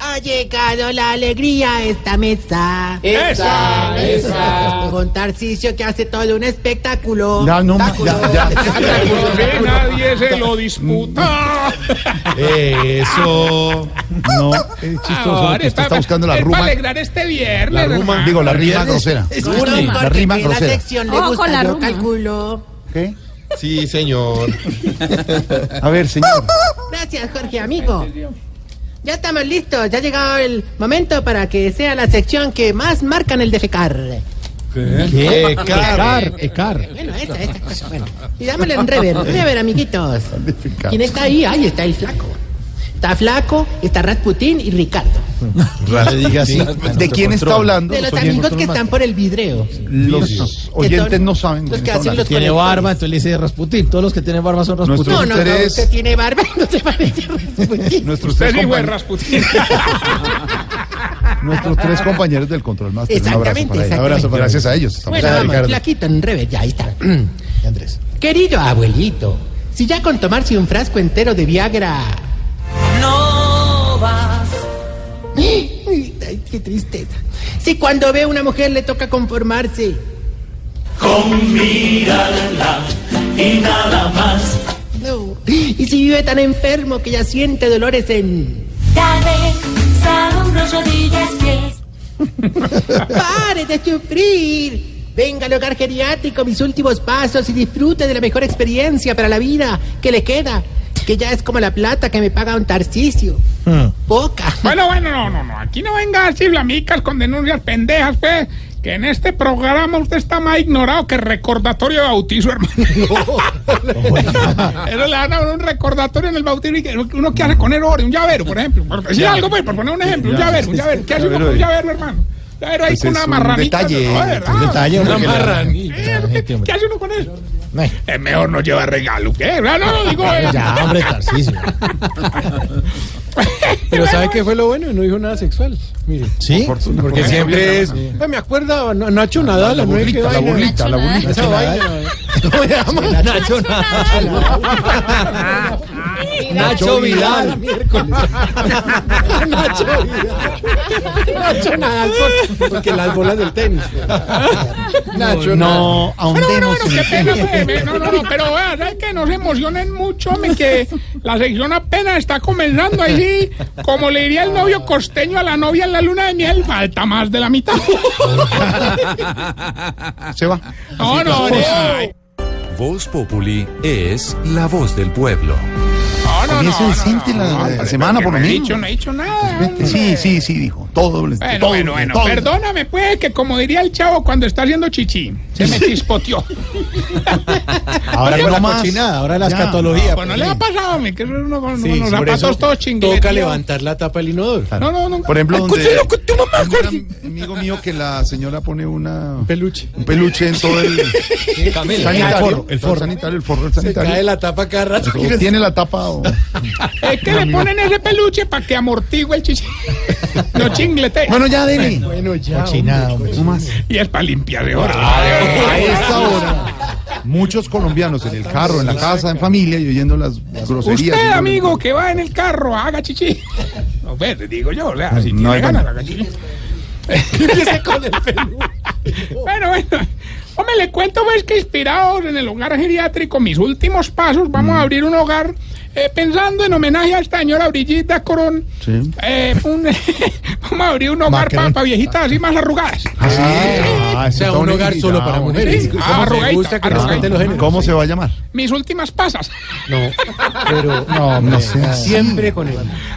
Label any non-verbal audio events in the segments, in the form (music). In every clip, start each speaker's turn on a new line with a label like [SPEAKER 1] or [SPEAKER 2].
[SPEAKER 1] Ha llegado la alegría a esta mesa.
[SPEAKER 2] ¡Esa!
[SPEAKER 1] Con Tarcisio que hace todo un espectáculo.
[SPEAKER 2] Ya no más, ya, ya.
[SPEAKER 3] Que nadie se lo disputa.
[SPEAKER 2] Eso. No, es chistoso
[SPEAKER 3] Ahora
[SPEAKER 2] que usted está buscando la
[SPEAKER 3] es
[SPEAKER 2] ruma.
[SPEAKER 3] Para alegrar este viernes.
[SPEAKER 2] La ruma,
[SPEAKER 3] hermano.
[SPEAKER 2] digo, la rima grosera.
[SPEAKER 1] Es
[SPEAKER 2] Sí,
[SPEAKER 1] porque
[SPEAKER 2] la rima
[SPEAKER 1] la
[SPEAKER 2] grosera.
[SPEAKER 1] sección le
[SPEAKER 4] Ojo
[SPEAKER 1] gusta,
[SPEAKER 4] con la
[SPEAKER 1] yo
[SPEAKER 4] ruma.
[SPEAKER 1] calculo.
[SPEAKER 2] ¿Qué?
[SPEAKER 5] Sí, señor.
[SPEAKER 2] A ver, señor.
[SPEAKER 1] Gracias, Jorge, amigo. Ya estamos listos, ya ha llegado el momento para que sea la sección que más marcan el defecar.
[SPEAKER 5] ¿Qué? Car.
[SPEAKER 1] Bueno, esa, esa. Bueno, y dámosle en rever, rever, amiguitos.
[SPEAKER 2] Defecar.
[SPEAKER 1] ¿Quién está ahí? Ahí está el flaco. Está flaco, está Rasputín y Ricardo.
[SPEAKER 2] Le diga así. pues, ¿De quién está hablando?
[SPEAKER 1] De los
[SPEAKER 2] oyentes-
[SPEAKER 1] amigos que están por el vidrio.
[SPEAKER 2] Los oyentes no saben. de
[SPEAKER 1] Los
[SPEAKER 2] quién
[SPEAKER 1] que
[SPEAKER 2] está
[SPEAKER 1] hacen los
[SPEAKER 2] hablando.
[SPEAKER 1] Tiene barba,
[SPEAKER 6] entonces le dice Rasputín. Todos los que tienen barba son
[SPEAKER 2] Nuestros
[SPEAKER 1] No, no, no,
[SPEAKER 2] tres,
[SPEAKER 1] usted tiene barba y no se
[SPEAKER 2] (laughs)
[SPEAKER 1] parece a Rasputín.
[SPEAKER 2] nuestros
[SPEAKER 3] Usted es
[SPEAKER 2] tres
[SPEAKER 3] hijo de
[SPEAKER 2] compañeros-
[SPEAKER 3] Rasputin.
[SPEAKER 2] (laughs) nuestros tres compañeros del control máster. Un abrazo
[SPEAKER 1] Exactamente,
[SPEAKER 2] para ellos.
[SPEAKER 1] exactamente.
[SPEAKER 2] Abrazo para- gracias a ellos. Estamos
[SPEAKER 1] Bueno,
[SPEAKER 2] acá,
[SPEAKER 1] vamos,
[SPEAKER 2] Ricardo.
[SPEAKER 1] flaquito, en revés, ya, ahí está. (clears throat) Querido abuelito, si ya con tomarse un frasco entero de Viagra... No vas... (gasps) Ay, qué tristeza. Si cuando ve a una mujer le toca conformarse... Con mirarla y nada más. No. Y si vive tan enfermo que ya siente dolores en...
[SPEAKER 4] Cabeza, hombros, rodillas, pies.
[SPEAKER 1] ¡Pare de sufrir! Venga al hogar geriátrico, mis últimos pasos y disfrute de la mejor experiencia para la vida que le queda, que ya es como la plata que me paga un Tarcisio. Poca.
[SPEAKER 3] Bueno, bueno, no, no, no. Aquí no venga a decir blamicas con denuncias pendejas, pues. Que en este programa usted está más ignorado que recordatorio de bautizo,
[SPEAKER 2] (laughs)
[SPEAKER 3] hermano. (laughs) Eso le dan a uno un recordatorio en el bautizo y que uno que hace con el oro, un llavero, por ejemplo. Por decir algo, pues, por poner un ejemplo, un llavero, un llavero. ¿Qué hace uno con un llavero, hermano? Un Llavero ahí
[SPEAKER 2] Pues
[SPEAKER 3] con
[SPEAKER 2] es
[SPEAKER 3] una
[SPEAKER 2] un
[SPEAKER 3] marranita.
[SPEAKER 2] detalle,
[SPEAKER 3] no, de
[SPEAKER 2] es un
[SPEAKER 3] verdad.
[SPEAKER 2] detalle,
[SPEAKER 3] Una
[SPEAKER 2] porque la-
[SPEAKER 3] marranita. ¿Qué qué hace uno con eso? Es mejor no llevar regalo, ¿qué? No,
[SPEAKER 2] (laughs)
[SPEAKER 3] no, digo eh.
[SPEAKER 6] Ya, hombre, Tarcisio.
[SPEAKER 7] Pero ¿sabe qué fue lo bueno? No dijo nada sexual. Mire,
[SPEAKER 6] ¿Sí?
[SPEAKER 5] Porque siempre es.
[SPEAKER 7] Ah, me acuerdo, no, Nacho Nadal, la nueve que
[SPEAKER 2] La
[SPEAKER 7] vaina.
[SPEAKER 2] burlita, la burlita.
[SPEAKER 7] Esa vaina.
[SPEAKER 2] (laughs)
[SPEAKER 6] ¿Cómo se llama? Nacho Nadal. Nacho Vidal.
[SPEAKER 7] Nacho Vidal. Nacho Nadal, por- pues, porque las bolas del tenis. pues. Nacho Nadal.
[SPEAKER 2] No,
[SPEAKER 3] Pero
[SPEAKER 2] ahondemos
[SPEAKER 3] bueno,
[SPEAKER 2] en
[SPEAKER 3] qué
[SPEAKER 2] el
[SPEAKER 3] pena,
[SPEAKER 2] tema.
[SPEAKER 3] pues, ve, no, no, no, pero vea, ¿saben que no se emocionen mucho, hombre, que la sección apenas está comenzando ahí, sí, como le diría el novio costeño a la novia en la luna de miel, falta más de la mitad.
[SPEAKER 2] (laughs) Se va.
[SPEAKER 3] No, no,
[SPEAKER 2] pues,
[SPEAKER 3] no,
[SPEAKER 5] Voz Populi es la voz del pueblo.
[SPEAKER 3] no, no, no,
[SPEAKER 2] Comience decente
[SPEAKER 3] no,
[SPEAKER 2] la- la
[SPEAKER 3] hombre,
[SPEAKER 2] semana,
[SPEAKER 3] que
[SPEAKER 2] por
[SPEAKER 3] no
[SPEAKER 2] lo
[SPEAKER 3] he
[SPEAKER 2] menos.
[SPEAKER 3] dicho, no he dicho nada. hombre.
[SPEAKER 2] Sí, sí, sí, dijo. Todo, les-
[SPEAKER 3] Bueno,
[SPEAKER 2] todo,
[SPEAKER 3] bueno, bueno,
[SPEAKER 2] todo.
[SPEAKER 3] perdóname, pues, que como diría el chavo cuando está haciendo chichi, se me
[SPEAKER 2] (laughs)
[SPEAKER 3] chispoteó.
[SPEAKER 6] Ahora
[SPEAKER 2] Ahora no
[SPEAKER 6] la
[SPEAKER 2] más.
[SPEAKER 6] cochinada, ahora la
[SPEAKER 2] Ya. Ah,
[SPEAKER 6] escatología.
[SPEAKER 3] Bueno, le ha pasado, hombre, que eso es uno con
[SPEAKER 7] Sí,
[SPEAKER 3] unos
[SPEAKER 7] por eso
[SPEAKER 3] zapatos todos chingados.
[SPEAKER 7] Toca levantar la tapa del inodoro.
[SPEAKER 3] No, no, no.
[SPEAKER 2] Por ejemplo, donde
[SPEAKER 7] Escúchelo con tu mamá,
[SPEAKER 2] hay un
[SPEAKER 7] Jorge.
[SPEAKER 2] am- amigo mío que la señora pone una
[SPEAKER 7] Peluche.
[SPEAKER 2] un peluche en todo el sanitario,
[SPEAKER 6] El forro, el forro.
[SPEAKER 2] sanitario, el forro, el
[SPEAKER 7] Se
[SPEAKER 2] sanitario.
[SPEAKER 7] cae la tapa cada rato.
[SPEAKER 2] O tiene la tapa o-
[SPEAKER 3] Es que le ponen ese peluche para que amortigue el chichi. No chinglete.
[SPEAKER 2] Bueno, ya Deli.
[SPEAKER 7] Bueno, ya.
[SPEAKER 6] Cochinada, hombre.
[SPEAKER 2] No más.
[SPEAKER 3] Y es para limpiar de oro.
[SPEAKER 2] A esta hora muchos colombianos en el carro, en la casa, en familia y oyendo las groserías.
[SPEAKER 3] Usted,
[SPEAKER 2] oyendo-
[SPEAKER 3] amigo, que va en el carro, haga chichi. No, ve, te digo yo, o sea, si
[SPEAKER 2] No
[SPEAKER 3] tiene
[SPEAKER 2] hay
[SPEAKER 3] ganas, haga
[SPEAKER 2] ganas.
[SPEAKER 3] chichi. (laughs) Bueno, bueno. Hombre, le cuento, pues, que inspirados en el hogar geriátrico, mis últimos pasos,
[SPEAKER 7] Mm.
[SPEAKER 3] vamos a abrir un hogar eh, pensando en homenaje a esta señora Brigida Corón.
[SPEAKER 2] Sí.
[SPEAKER 3] Eh, un- (laughs) vamos a abrir un hogar para
[SPEAKER 2] Macarrón.
[SPEAKER 3] viejitas así más arrugadas.
[SPEAKER 2] Ah, sí. Ah,
[SPEAKER 7] O sea, un
[SPEAKER 2] está
[SPEAKER 7] hogar solo para
[SPEAKER 2] bonito.
[SPEAKER 7] mujeres.
[SPEAKER 3] sí.
[SPEAKER 7] ¿Cómo
[SPEAKER 3] Ah,
[SPEAKER 7] se
[SPEAKER 3] arrugadita,
[SPEAKER 7] gusta que
[SPEAKER 3] arrugadita.
[SPEAKER 7] respeten los géneros?
[SPEAKER 2] ¿Cómo se va a llamar?
[SPEAKER 3] Mis últimas pasas. (laughs)
[SPEAKER 7] No, pero
[SPEAKER 2] No, no sé.
[SPEAKER 7] siempre con él.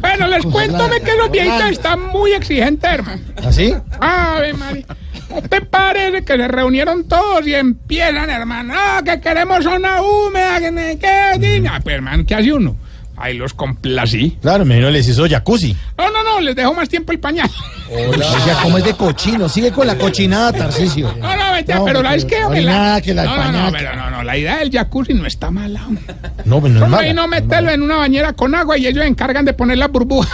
[SPEAKER 3] Bueno, les cuento de que los viejitos están muy exigentes, hermano.
[SPEAKER 6] ¿Así?
[SPEAKER 3] Ave María. Usted parece que se reunieron todos y empiezan, hermano, "Ah, que queremos zona húmeda, que no sé qué". Ah, pues, hermano, ¿qué hace uno? Ahí los complací.
[SPEAKER 6] Claro, me vino les hizo jacuzzi.
[SPEAKER 3] No, no, no, les dejo más tiempo el pañal.
[SPEAKER 6] Oiga, ¿cómo es de cochino? Sigue con la cochinada, Tarcisio.
[SPEAKER 3] No, no, vete, pero la es que...
[SPEAKER 6] No,
[SPEAKER 3] hombre, la-
[SPEAKER 6] nada que la
[SPEAKER 3] no, no, no,
[SPEAKER 6] pañaca.
[SPEAKER 3] pero no, no, la idea del jacuzzi no está mala. hombre.
[SPEAKER 6] No, pero no es
[SPEAKER 3] Hombre, y
[SPEAKER 6] mala.
[SPEAKER 3] no meterlo en una bañera con agua y ellos encargan de poner la burbuja.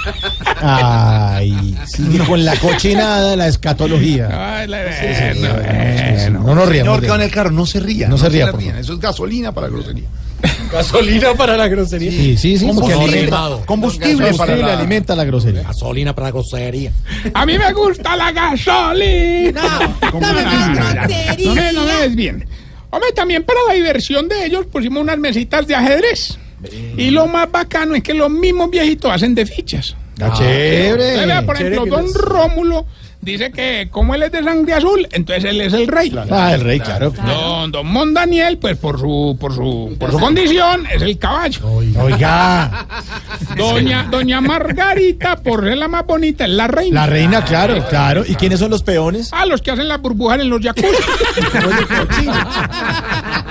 [SPEAKER 3] (laughs)
[SPEAKER 6] Ay, sigue con la cochinada de la escatología.
[SPEAKER 3] Ay, la-
[SPEAKER 6] No,
[SPEAKER 3] bueno, bueno.
[SPEAKER 6] no, nos riamos.
[SPEAKER 2] Señor,
[SPEAKER 6] de-
[SPEAKER 2] que va en el carro, no se ría.
[SPEAKER 6] No se ría, por
[SPEAKER 2] rían.
[SPEAKER 6] favor.
[SPEAKER 2] Eso es gasolina para grosería.
[SPEAKER 7] Gasolina para la grosería.
[SPEAKER 6] Sí, sí, sí. porque
[SPEAKER 2] Combustible,
[SPEAKER 6] alimenta-
[SPEAKER 2] combustible para
[SPEAKER 6] combustible
[SPEAKER 2] la...
[SPEAKER 6] alimenta la grosería.
[SPEAKER 7] Gasolina para la grosería.
[SPEAKER 3] A mí me gusta la gasolina.
[SPEAKER 1] Ah.
[SPEAKER 2] Como-
[SPEAKER 3] No me, no me desvíen. Hombre, también para la diversión de ellos pusimos unas mesitas de ajedrez. Y lo más bacano es que los mismos viejitos hacen de fichas.
[SPEAKER 6] Ah, chévere.
[SPEAKER 3] Usted vea, por ejemplo, don Rómulo dice que como él es de sangre azul, entonces él es el rey.
[SPEAKER 6] Ah, el rey, claro.
[SPEAKER 3] Don, don Mondaniel, pues por su, por su, por su condición, es el caballo.
[SPEAKER 6] Oiga,
[SPEAKER 3] Doña, doña Margarita, por ser la más bonita, es la reina.
[SPEAKER 6] la reina, claro, claro. ¿Y quiénes son los peones?
[SPEAKER 3] Ah, los que hacen las burbujas en los jacuzzi.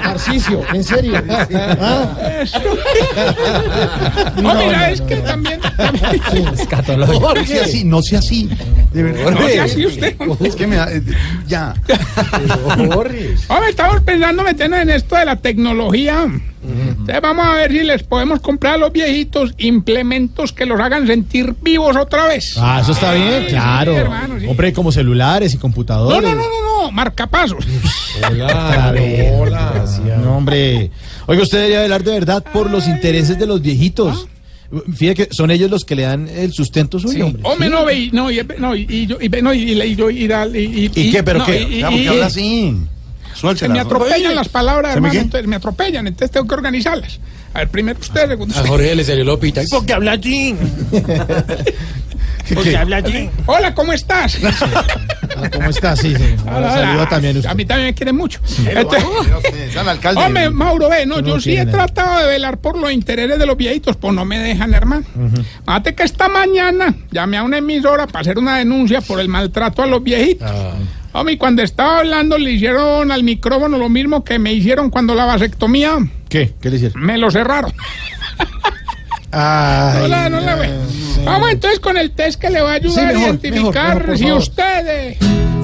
[SPEAKER 6] Tarcisio, en serio. (laughs) Ah,
[SPEAKER 3] Eso. (laughs) No, mira, es que también. también-
[SPEAKER 6] escatología.
[SPEAKER 2] No sea así, no sea así. De verdad.
[SPEAKER 3] no sea así usted.
[SPEAKER 2] (laughs) Es que me da... eh, Ya.
[SPEAKER 3] Hombre, estamos pensando meternos en esto de la tecnología. Entonces vamos a ver si les podemos comprar a los viejitos implementos que los hagan sentir vivos otra vez.
[SPEAKER 6] Ah, eso está bien,
[SPEAKER 3] Sí,
[SPEAKER 6] claro.
[SPEAKER 3] sí, hermano, sí.
[SPEAKER 6] Hombre, como celulares y
[SPEAKER 3] No,
[SPEAKER 6] computadores.
[SPEAKER 3] no, no, no, no, marcapasos.
[SPEAKER 6] Claro. No, hombre. Oiga, usted debería velar de verdad por los intereses de los viejitos.
[SPEAKER 3] ¿Ah?
[SPEAKER 6] Fíjate que son ellos los que le dan el sustento suyo. hombre.
[SPEAKER 3] Hombre, no, y, no, y, no, y, y yo, y, no, y, y, y yo, y, dal- y,
[SPEAKER 6] ¿Y qué, pero
[SPEAKER 3] no,
[SPEAKER 6] qué?
[SPEAKER 3] y- y-
[SPEAKER 2] Ya, porque habla así.
[SPEAKER 3] Se me
[SPEAKER 2] Suéltela.
[SPEAKER 3] atropellan las palabras,
[SPEAKER 2] ¿Se me
[SPEAKER 3] hermano,
[SPEAKER 2] qué?
[SPEAKER 3] entonces me atropellan, entonces tengo que organizarlas. A ver, primero usted, segundo
[SPEAKER 7] A
[SPEAKER 3] usted.
[SPEAKER 7] Jorge le salió lopita. ¿Y por qué habla así? ¿Por qué habla así?
[SPEAKER 3] Hola, ¿cómo estás?
[SPEAKER 6] Ah, ¿Cómo está? Sí, sí. Ahora saluda también usted.
[SPEAKER 3] A mí también me quieren mucho. Entonces-
[SPEAKER 2] Al alcalde.
[SPEAKER 3] Hombre, Mauro, ve, no,
[SPEAKER 6] Tú no
[SPEAKER 3] yo sí he
[SPEAKER 6] tienes.
[SPEAKER 3] tratado de velar por los intereses de los viejitos, pues no me dejan, hermano. Fíjate que esta mañana llamé a una emisora para hacer una denuncia por el maltrato a los viejitos.
[SPEAKER 6] Ah.
[SPEAKER 3] Hombre, y cuando estaba hablando le hicieron al micrófono lo mismo que me hicieron cuando la vasectomía,
[SPEAKER 6] ¿Qué? ¿Qué le hicieron?
[SPEAKER 3] me lo cerraron.
[SPEAKER 6] (laughs) Ay,
[SPEAKER 3] No la- no la ve. Vamos entonces con el test que le va a ayudar
[SPEAKER 6] Sí,
[SPEAKER 3] a
[SPEAKER 6] mejor,
[SPEAKER 3] identificar
[SPEAKER 6] mejor, mejor, por
[SPEAKER 3] si eh,
[SPEAKER 6] favor.
[SPEAKER 3] ustedes...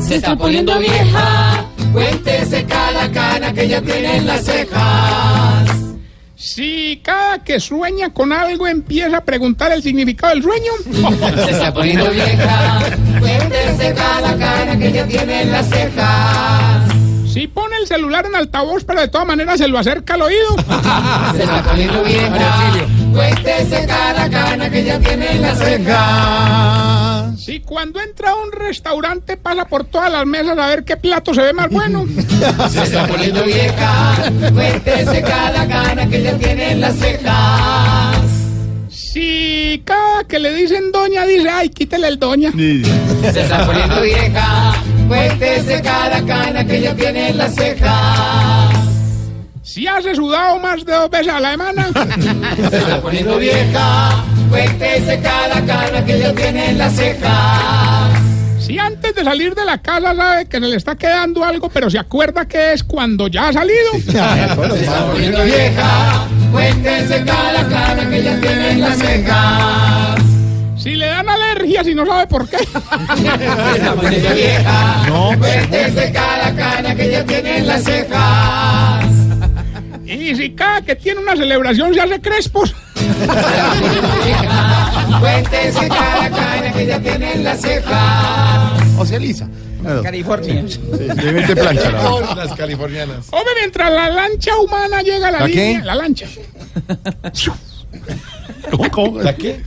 [SPEAKER 4] Se está poniendo vieja.
[SPEAKER 7] Cuéntese cada cana que ya tiene en las cejas.
[SPEAKER 3] Si cada que sueña con algo empieza a preguntar el significado del sueño.
[SPEAKER 7] Se está poniendo vieja. Cuéntese cada cana que ya tiene en las cejas.
[SPEAKER 3] Si pone el celular en altavoz, pero de todas maneras se lo acerca al oído.
[SPEAKER 7] Se está poniendo vieja. Cuéntese cada cana que ya tiene en las cejas.
[SPEAKER 3] Si cuando entra a un restaurante pasa por todas las mesas a ver qué plato se ve más bueno.
[SPEAKER 7] (laughs) Se está poniendo vieja. Cuéntese cada cana que ya tiene en las cejas.
[SPEAKER 3] Si cada que le dicen doña dice, ay, quítele el doña.
[SPEAKER 7] Se está poniendo vieja. Cuéntese cada cana que ya tiene en las cejas.
[SPEAKER 3] Si hace sudado más de dos veces a la semana.
[SPEAKER 7] Se está poniendo vieja. Cuéntese cada cana que ya tiene en las cejas.
[SPEAKER 3] Si antes de salir de la casa sabe que se le está quedando algo, pero se acuerda que es cuando ya ha salido.
[SPEAKER 7] Se está poniendo vieja. Cuéntese cada cana que ya tiene en las cejas.
[SPEAKER 3] Si le dan alergias y no sabe por
[SPEAKER 7] (laughs)
[SPEAKER 3] qué.
[SPEAKER 7] Se está poniendo vieja. Cuéntese cada cana que ya tiene en las cejas.
[SPEAKER 3] Y si cada que tiene una celebración se hace crespos.
[SPEAKER 7] Cuéntese cada cana que ya tiene en las cejas.
[SPEAKER 2] O sea, Lisa.
[SPEAKER 7] California.
[SPEAKER 2] De vete plancha. la verdad.
[SPEAKER 3] Hombre, mientras la lancha humana llega a la,
[SPEAKER 2] ¿La qué?
[SPEAKER 3] línea, la lancha.
[SPEAKER 6] ¿La qué?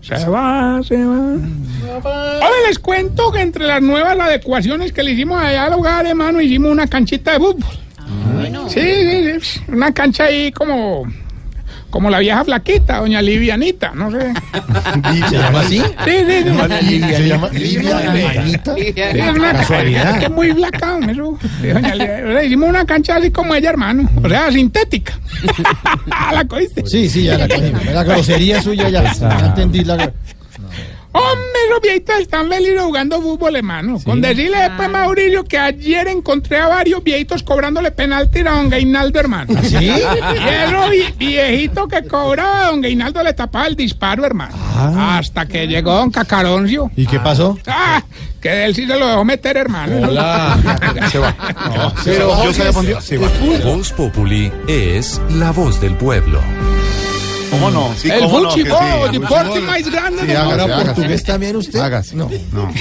[SPEAKER 3] Se va, se va. Hombre, les cuento que entre las nuevas adecuaciones que le hicimos allá al hogar, hermano, hicimos una canchita de fútbol. Sí, sí, sí. Una cancha ahí como, como la vieja flaquita, doña Livianita, no sé.
[SPEAKER 6] ¿Se llama así?
[SPEAKER 3] Sí, sí, sí.
[SPEAKER 6] ¿Se llama Livianita?
[SPEAKER 3] Sí, es una
[SPEAKER 6] Casualidad.
[SPEAKER 3] Es que es muy flaca, hombre, eso. Sí, doña Livia. O sea, hicimos una cancha así como ella, hermano. O sea, sintética. (laughs) ¿La cogiste?
[SPEAKER 6] Sí, sí, ya la cogí. La grosería suya ya. Ya entendí la.
[SPEAKER 3] Hombre, los viejitos están velinos jugando fútbol, hermano. Con decirle después, Mauricio, que ayer encontré a varios viejitos cobrándole penalti a don Gainaldo,
[SPEAKER 2] ¿Ah,
[SPEAKER 3] hermano.
[SPEAKER 6] ¿Sí?
[SPEAKER 3] Y el vi- viejito que cobraba, don Gainaldo le tapaba el disparo, hermano.
[SPEAKER 2] Ah.
[SPEAKER 3] Hasta que llegó don Cacaroncio.
[SPEAKER 6] ¿Y qué pasó?
[SPEAKER 3] ¡Ah! Que él sí se lo dejó meter, hermano.
[SPEAKER 2] Oh. Se va. Pero, yo sabía por dónde- se va.
[SPEAKER 5] Voz Populi es la voz del pueblo.
[SPEAKER 2] ¿Cómo no? Sí,
[SPEAKER 3] El
[SPEAKER 2] cómo no,
[SPEAKER 3] fútbol,
[SPEAKER 2] que sí,
[SPEAKER 3] el
[SPEAKER 2] el
[SPEAKER 3] deporte
[SPEAKER 2] fútbol.
[SPEAKER 3] más grande
[SPEAKER 2] Sí,
[SPEAKER 3] del mundo.
[SPEAKER 2] hágalo, hágalo.
[SPEAKER 6] también usted?
[SPEAKER 2] Hágase. No, no.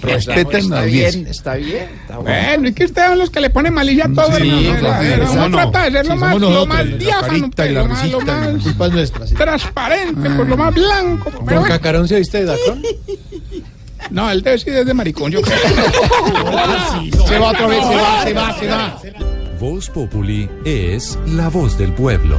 [SPEAKER 2] Respeten la
[SPEAKER 7] Está
[SPEAKER 2] audiencia.
[SPEAKER 7] bien, está bien. Está bueno.
[SPEAKER 3] Bueno, es que ustedes son los que le ponen malicia a todo,
[SPEAKER 6] Sí,
[SPEAKER 3] hermano.
[SPEAKER 6] claro,
[SPEAKER 3] Era- era-
[SPEAKER 2] sí,
[SPEAKER 3] uno
[SPEAKER 2] no.
[SPEAKER 3] trata de ser lo
[SPEAKER 6] Sí,
[SPEAKER 3] más,
[SPEAKER 6] somos
[SPEAKER 3] lo
[SPEAKER 6] nosotros,
[SPEAKER 3] más
[SPEAKER 6] la
[SPEAKER 3] diáfano,
[SPEAKER 2] carita y
[SPEAKER 3] pues,
[SPEAKER 2] la
[SPEAKER 3] lo más, lo
[SPEAKER 2] risita y la
[SPEAKER 3] más
[SPEAKER 6] Culpa es nuestra. sí.
[SPEAKER 3] transparente, pues, lo más blanco. pues, Pero
[SPEAKER 7] ¿Don
[SPEAKER 3] bueno,
[SPEAKER 7] Cacarón se viste de Dacron?
[SPEAKER 3] no, él debe ser de maricón, yo creo.
[SPEAKER 6] Se va otra vez, se va, se va, se va.
[SPEAKER 5] Voz Populi es la voz del pueblo.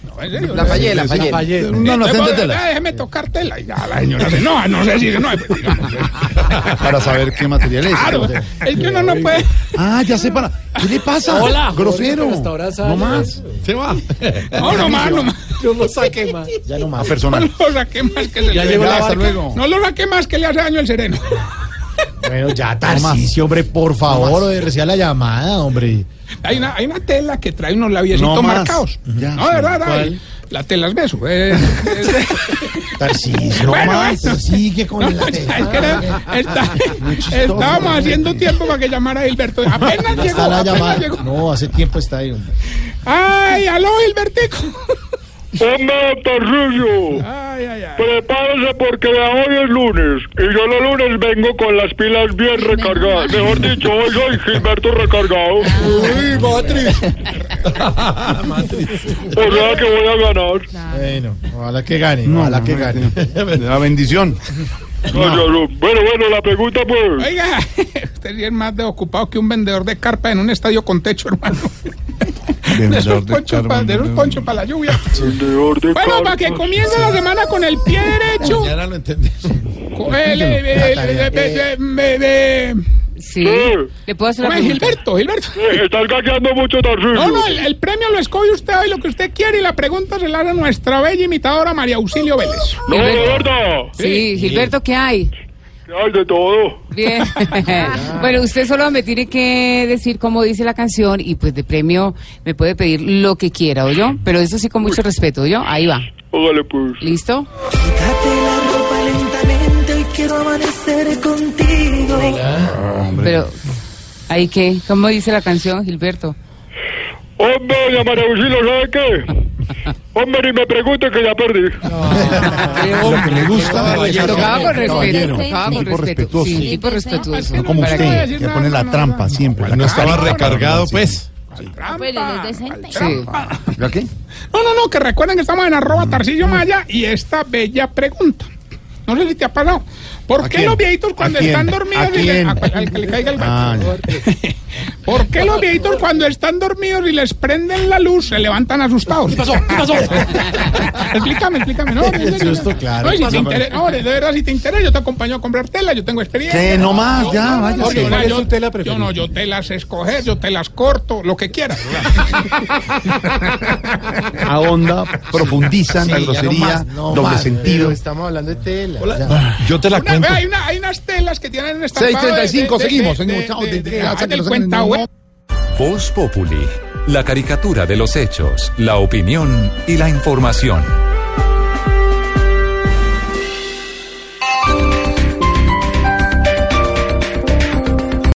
[SPEAKER 3] No, en serio,
[SPEAKER 7] La fallé, la
[SPEAKER 2] Sí,
[SPEAKER 7] fallé.
[SPEAKER 2] Un almacén de tela.
[SPEAKER 3] Ah, Déjeme tocar tela. Y ya la señora dice, no, no sé si no. pues, digamos,
[SPEAKER 2] Para saber qué material es.
[SPEAKER 3] Claro, es que uno no puede.
[SPEAKER 2] Ah, ya sé para. ¿Qué le pasa?
[SPEAKER 7] Hola.
[SPEAKER 2] Grosero.
[SPEAKER 7] Jorge, hasta ahora sabe.
[SPEAKER 2] No más. Se va.
[SPEAKER 3] No, no más, no más. (laughs)
[SPEAKER 7] Yo lo saqué más.
[SPEAKER 6] Ya no
[SPEAKER 2] A
[SPEAKER 6] más.
[SPEAKER 3] No
[SPEAKER 2] personal.
[SPEAKER 3] lo saqué más que se
[SPEAKER 7] Ya
[SPEAKER 3] le-
[SPEAKER 7] llegó la
[SPEAKER 2] hasta
[SPEAKER 7] barca.
[SPEAKER 2] luego.
[SPEAKER 3] No lo saqué más que le hace daño el
[SPEAKER 2] (laughs)
[SPEAKER 3] sereno.
[SPEAKER 6] Bueno, ya, Tarcicio, hombre, por favor, oye, reciba la llamada, hombre.
[SPEAKER 3] Hay una, hay una tela que trae unos labiecitos
[SPEAKER 2] No más.
[SPEAKER 3] marcados.
[SPEAKER 2] Ya,
[SPEAKER 3] no,
[SPEAKER 2] sí.
[SPEAKER 3] de verdad, ay, la tela es beso.
[SPEAKER 2] (laughs)
[SPEAKER 3] eh, es de-
[SPEAKER 6] Tarcicio,
[SPEAKER 3] Bueno,
[SPEAKER 6] más,
[SPEAKER 3] eso.
[SPEAKER 6] sigue con
[SPEAKER 3] No,
[SPEAKER 6] el
[SPEAKER 3] (laughs) es que era- está- (laughs) estábamos haciendo tiempo para que llamara
[SPEAKER 2] (laughs)
[SPEAKER 3] Gilberto. Apenas
[SPEAKER 6] Ya
[SPEAKER 3] llegó,
[SPEAKER 6] está la
[SPEAKER 3] apenas
[SPEAKER 6] llamada.
[SPEAKER 3] llegó.
[SPEAKER 6] No, hace tiempo está ahí, hombre.
[SPEAKER 3] Ay, aló, Gilbertico. (laughs)
[SPEAKER 8] Hombre, Tarrillo,
[SPEAKER 3] Ay, ay, ay.
[SPEAKER 8] prepárese porque ya hoy es lunes y yo los lunes vengo con las pilas bien recargadas. Mejor dicho, hoy soy Gilberto recargado.
[SPEAKER 7] Uy, Matrix.
[SPEAKER 8] O sea que voy a ganar.
[SPEAKER 6] Bueno, ojalá que gane, ojalá que gane. (laughs)
[SPEAKER 2] (laughs) La bendición.
[SPEAKER 8] Bueno, bueno, la pregunta pues.
[SPEAKER 3] Oiga, (laughs) usted sí es más de ocupado que un vendedor de carpa en un estadio con techo, hermano. (laughs)
[SPEAKER 2] Vendedor de
[SPEAKER 3] Poncho pa- de un
[SPEAKER 2] carbón.
[SPEAKER 3] poncho para la lluvia.
[SPEAKER 8] Vendedor de
[SPEAKER 3] Bueno, para
[SPEAKER 8] carpas.
[SPEAKER 3] que comience la semana con el pie derecho.
[SPEAKER 6] Mañana lo entendemos.
[SPEAKER 3] Co- el- el- el- el- el- el- el-
[SPEAKER 4] Sí.
[SPEAKER 8] Eh,
[SPEAKER 4] ¿Le puedo hacer
[SPEAKER 3] ¿Cómo
[SPEAKER 4] una
[SPEAKER 3] es
[SPEAKER 4] pregunta?
[SPEAKER 3] Gilberto? Gilberto.
[SPEAKER 8] eh, estás gaqueando mucho, Tarrillo.
[SPEAKER 3] No, no, el, el premio lo escoge usted hoy lo que usted quiere y la pregunta se la hará nuestra bella imitadora María Auxilio Vélez.
[SPEAKER 8] No, de verdad.
[SPEAKER 4] Sí, Gilberto, ¿qué hay?
[SPEAKER 8] Hay de todo.
[SPEAKER 4] Bien. (laughs) bueno, usted solo me tiene que decir cómo dice la canción y pues de premio me puede pedir lo que quiera, ¿oyó? Pero eso sí con mucho respeto, ¿oyó? Ahí va.
[SPEAKER 8] Ógale pues.
[SPEAKER 4] ¿Listo?
[SPEAKER 9] Quítate la ropa lentamente, hoy quiero amanecer contigo.
[SPEAKER 4] Pero, ¿ahí qué? ¿Cómo dice la canción, Gilberto?
[SPEAKER 8] Hombre, doña María Auxilio, ¿sabe qué? Hombre, ni me pregunte que ya perdí.
[SPEAKER 6] Ah,
[SPEAKER 2] Lo que me gusta de esa
[SPEAKER 4] Tocaba con respeto,
[SPEAKER 2] caballero,
[SPEAKER 4] tocaba
[SPEAKER 2] un
[SPEAKER 4] Ah, con
[SPEAKER 2] tipo
[SPEAKER 4] respeto.
[SPEAKER 2] respetuoso.
[SPEAKER 4] Sí, un tipo respetuoso.
[SPEAKER 2] No como
[SPEAKER 4] Para que-
[SPEAKER 2] usted, que pone la trampa siempre. la
[SPEAKER 6] No estaba
[SPEAKER 2] trampa.
[SPEAKER 6] recargado, pues.
[SPEAKER 3] Trampa.
[SPEAKER 4] Sí.
[SPEAKER 2] ¿Ya qué?
[SPEAKER 3] No, no, no, que recuerden que estamos en arroba Tarcillo Maya y esta bella pregunta. No sé si te ha pasado. ¿Por
[SPEAKER 2] ¿A
[SPEAKER 3] qué
[SPEAKER 2] quién?
[SPEAKER 3] los viejitos cuando
[SPEAKER 2] ¿A quién?
[SPEAKER 3] están
[SPEAKER 2] ¿A
[SPEAKER 3] dormidos y le-
[SPEAKER 2] quién?
[SPEAKER 3] a- al que le caiga el
[SPEAKER 2] Ah,
[SPEAKER 3] gato? ¿Por qué los viejitos cuando están dormidos y les prenden la luz se levantan asustados? ¿Qué pasó? ¿Qué pasó? explícame, explícame. No, no,
[SPEAKER 6] El
[SPEAKER 3] no, no.
[SPEAKER 6] susto, claro.
[SPEAKER 3] No, y si
[SPEAKER 6] ¿Qué
[SPEAKER 3] te
[SPEAKER 6] pasó?
[SPEAKER 3] interesa- no, de verdad, si te interesa, yo te acompaño a comprar tela, yo tengo experiencia.
[SPEAKER 2] Que no más,
[SPEAKER 3] Yo-
[SPEAKER 2] ya,
[SPEAKER 3] no, no,
[SPEAKER 2] váyase.
[SPEAKER 3] yo-
[SPEAKER 7] ¿Cuál es
[SPEAKER 3] yo-
[SPEAKER 7] su tela
[SPEAKER 3] Yo
[SPEAKER 7] preferida?
[SPEAKER 3] no, yo te las escoger, yo te las corto, lo que quieras.
[SPEAKER 2] Ahonda, profundiza en la
[SPEAKER 6] Sí, ya no
[SPEAKER 2] grosería,
[SPEAKER 6] más, no
[SPEAKER 2] doble
[SPEAKER 6] más.
[SPEAKER 2] sentido.
[SPEAKER 7] Estamos hablando de tela.
[SPEAKER 6] Yo te la
[SPEAKER 3] Una- vea, hay, una- hay unas telas que tienen estampado
[SPEAKER 2] 6:35, seguimos, señor.
[SPEAKER 3] de-
[SPEAKER 2] Chao,
[SPEAKER 3] de-
[SPEAKER 2] de-
[SPEAKER 3] de-
[SPEAKER 2] de-
[SPEAKER 3] ah,
[SPEAKER 2] hasta que
[SPEAKER 3] del
[SPEAKER 2] nos
[SPEAKER 3] cuenta
[SPEAKER 2] hagan-
[SPEAKER 3] web.
[SPEAKER 5] Voz Populi, la caricatura de los hechos, la opinión y la información.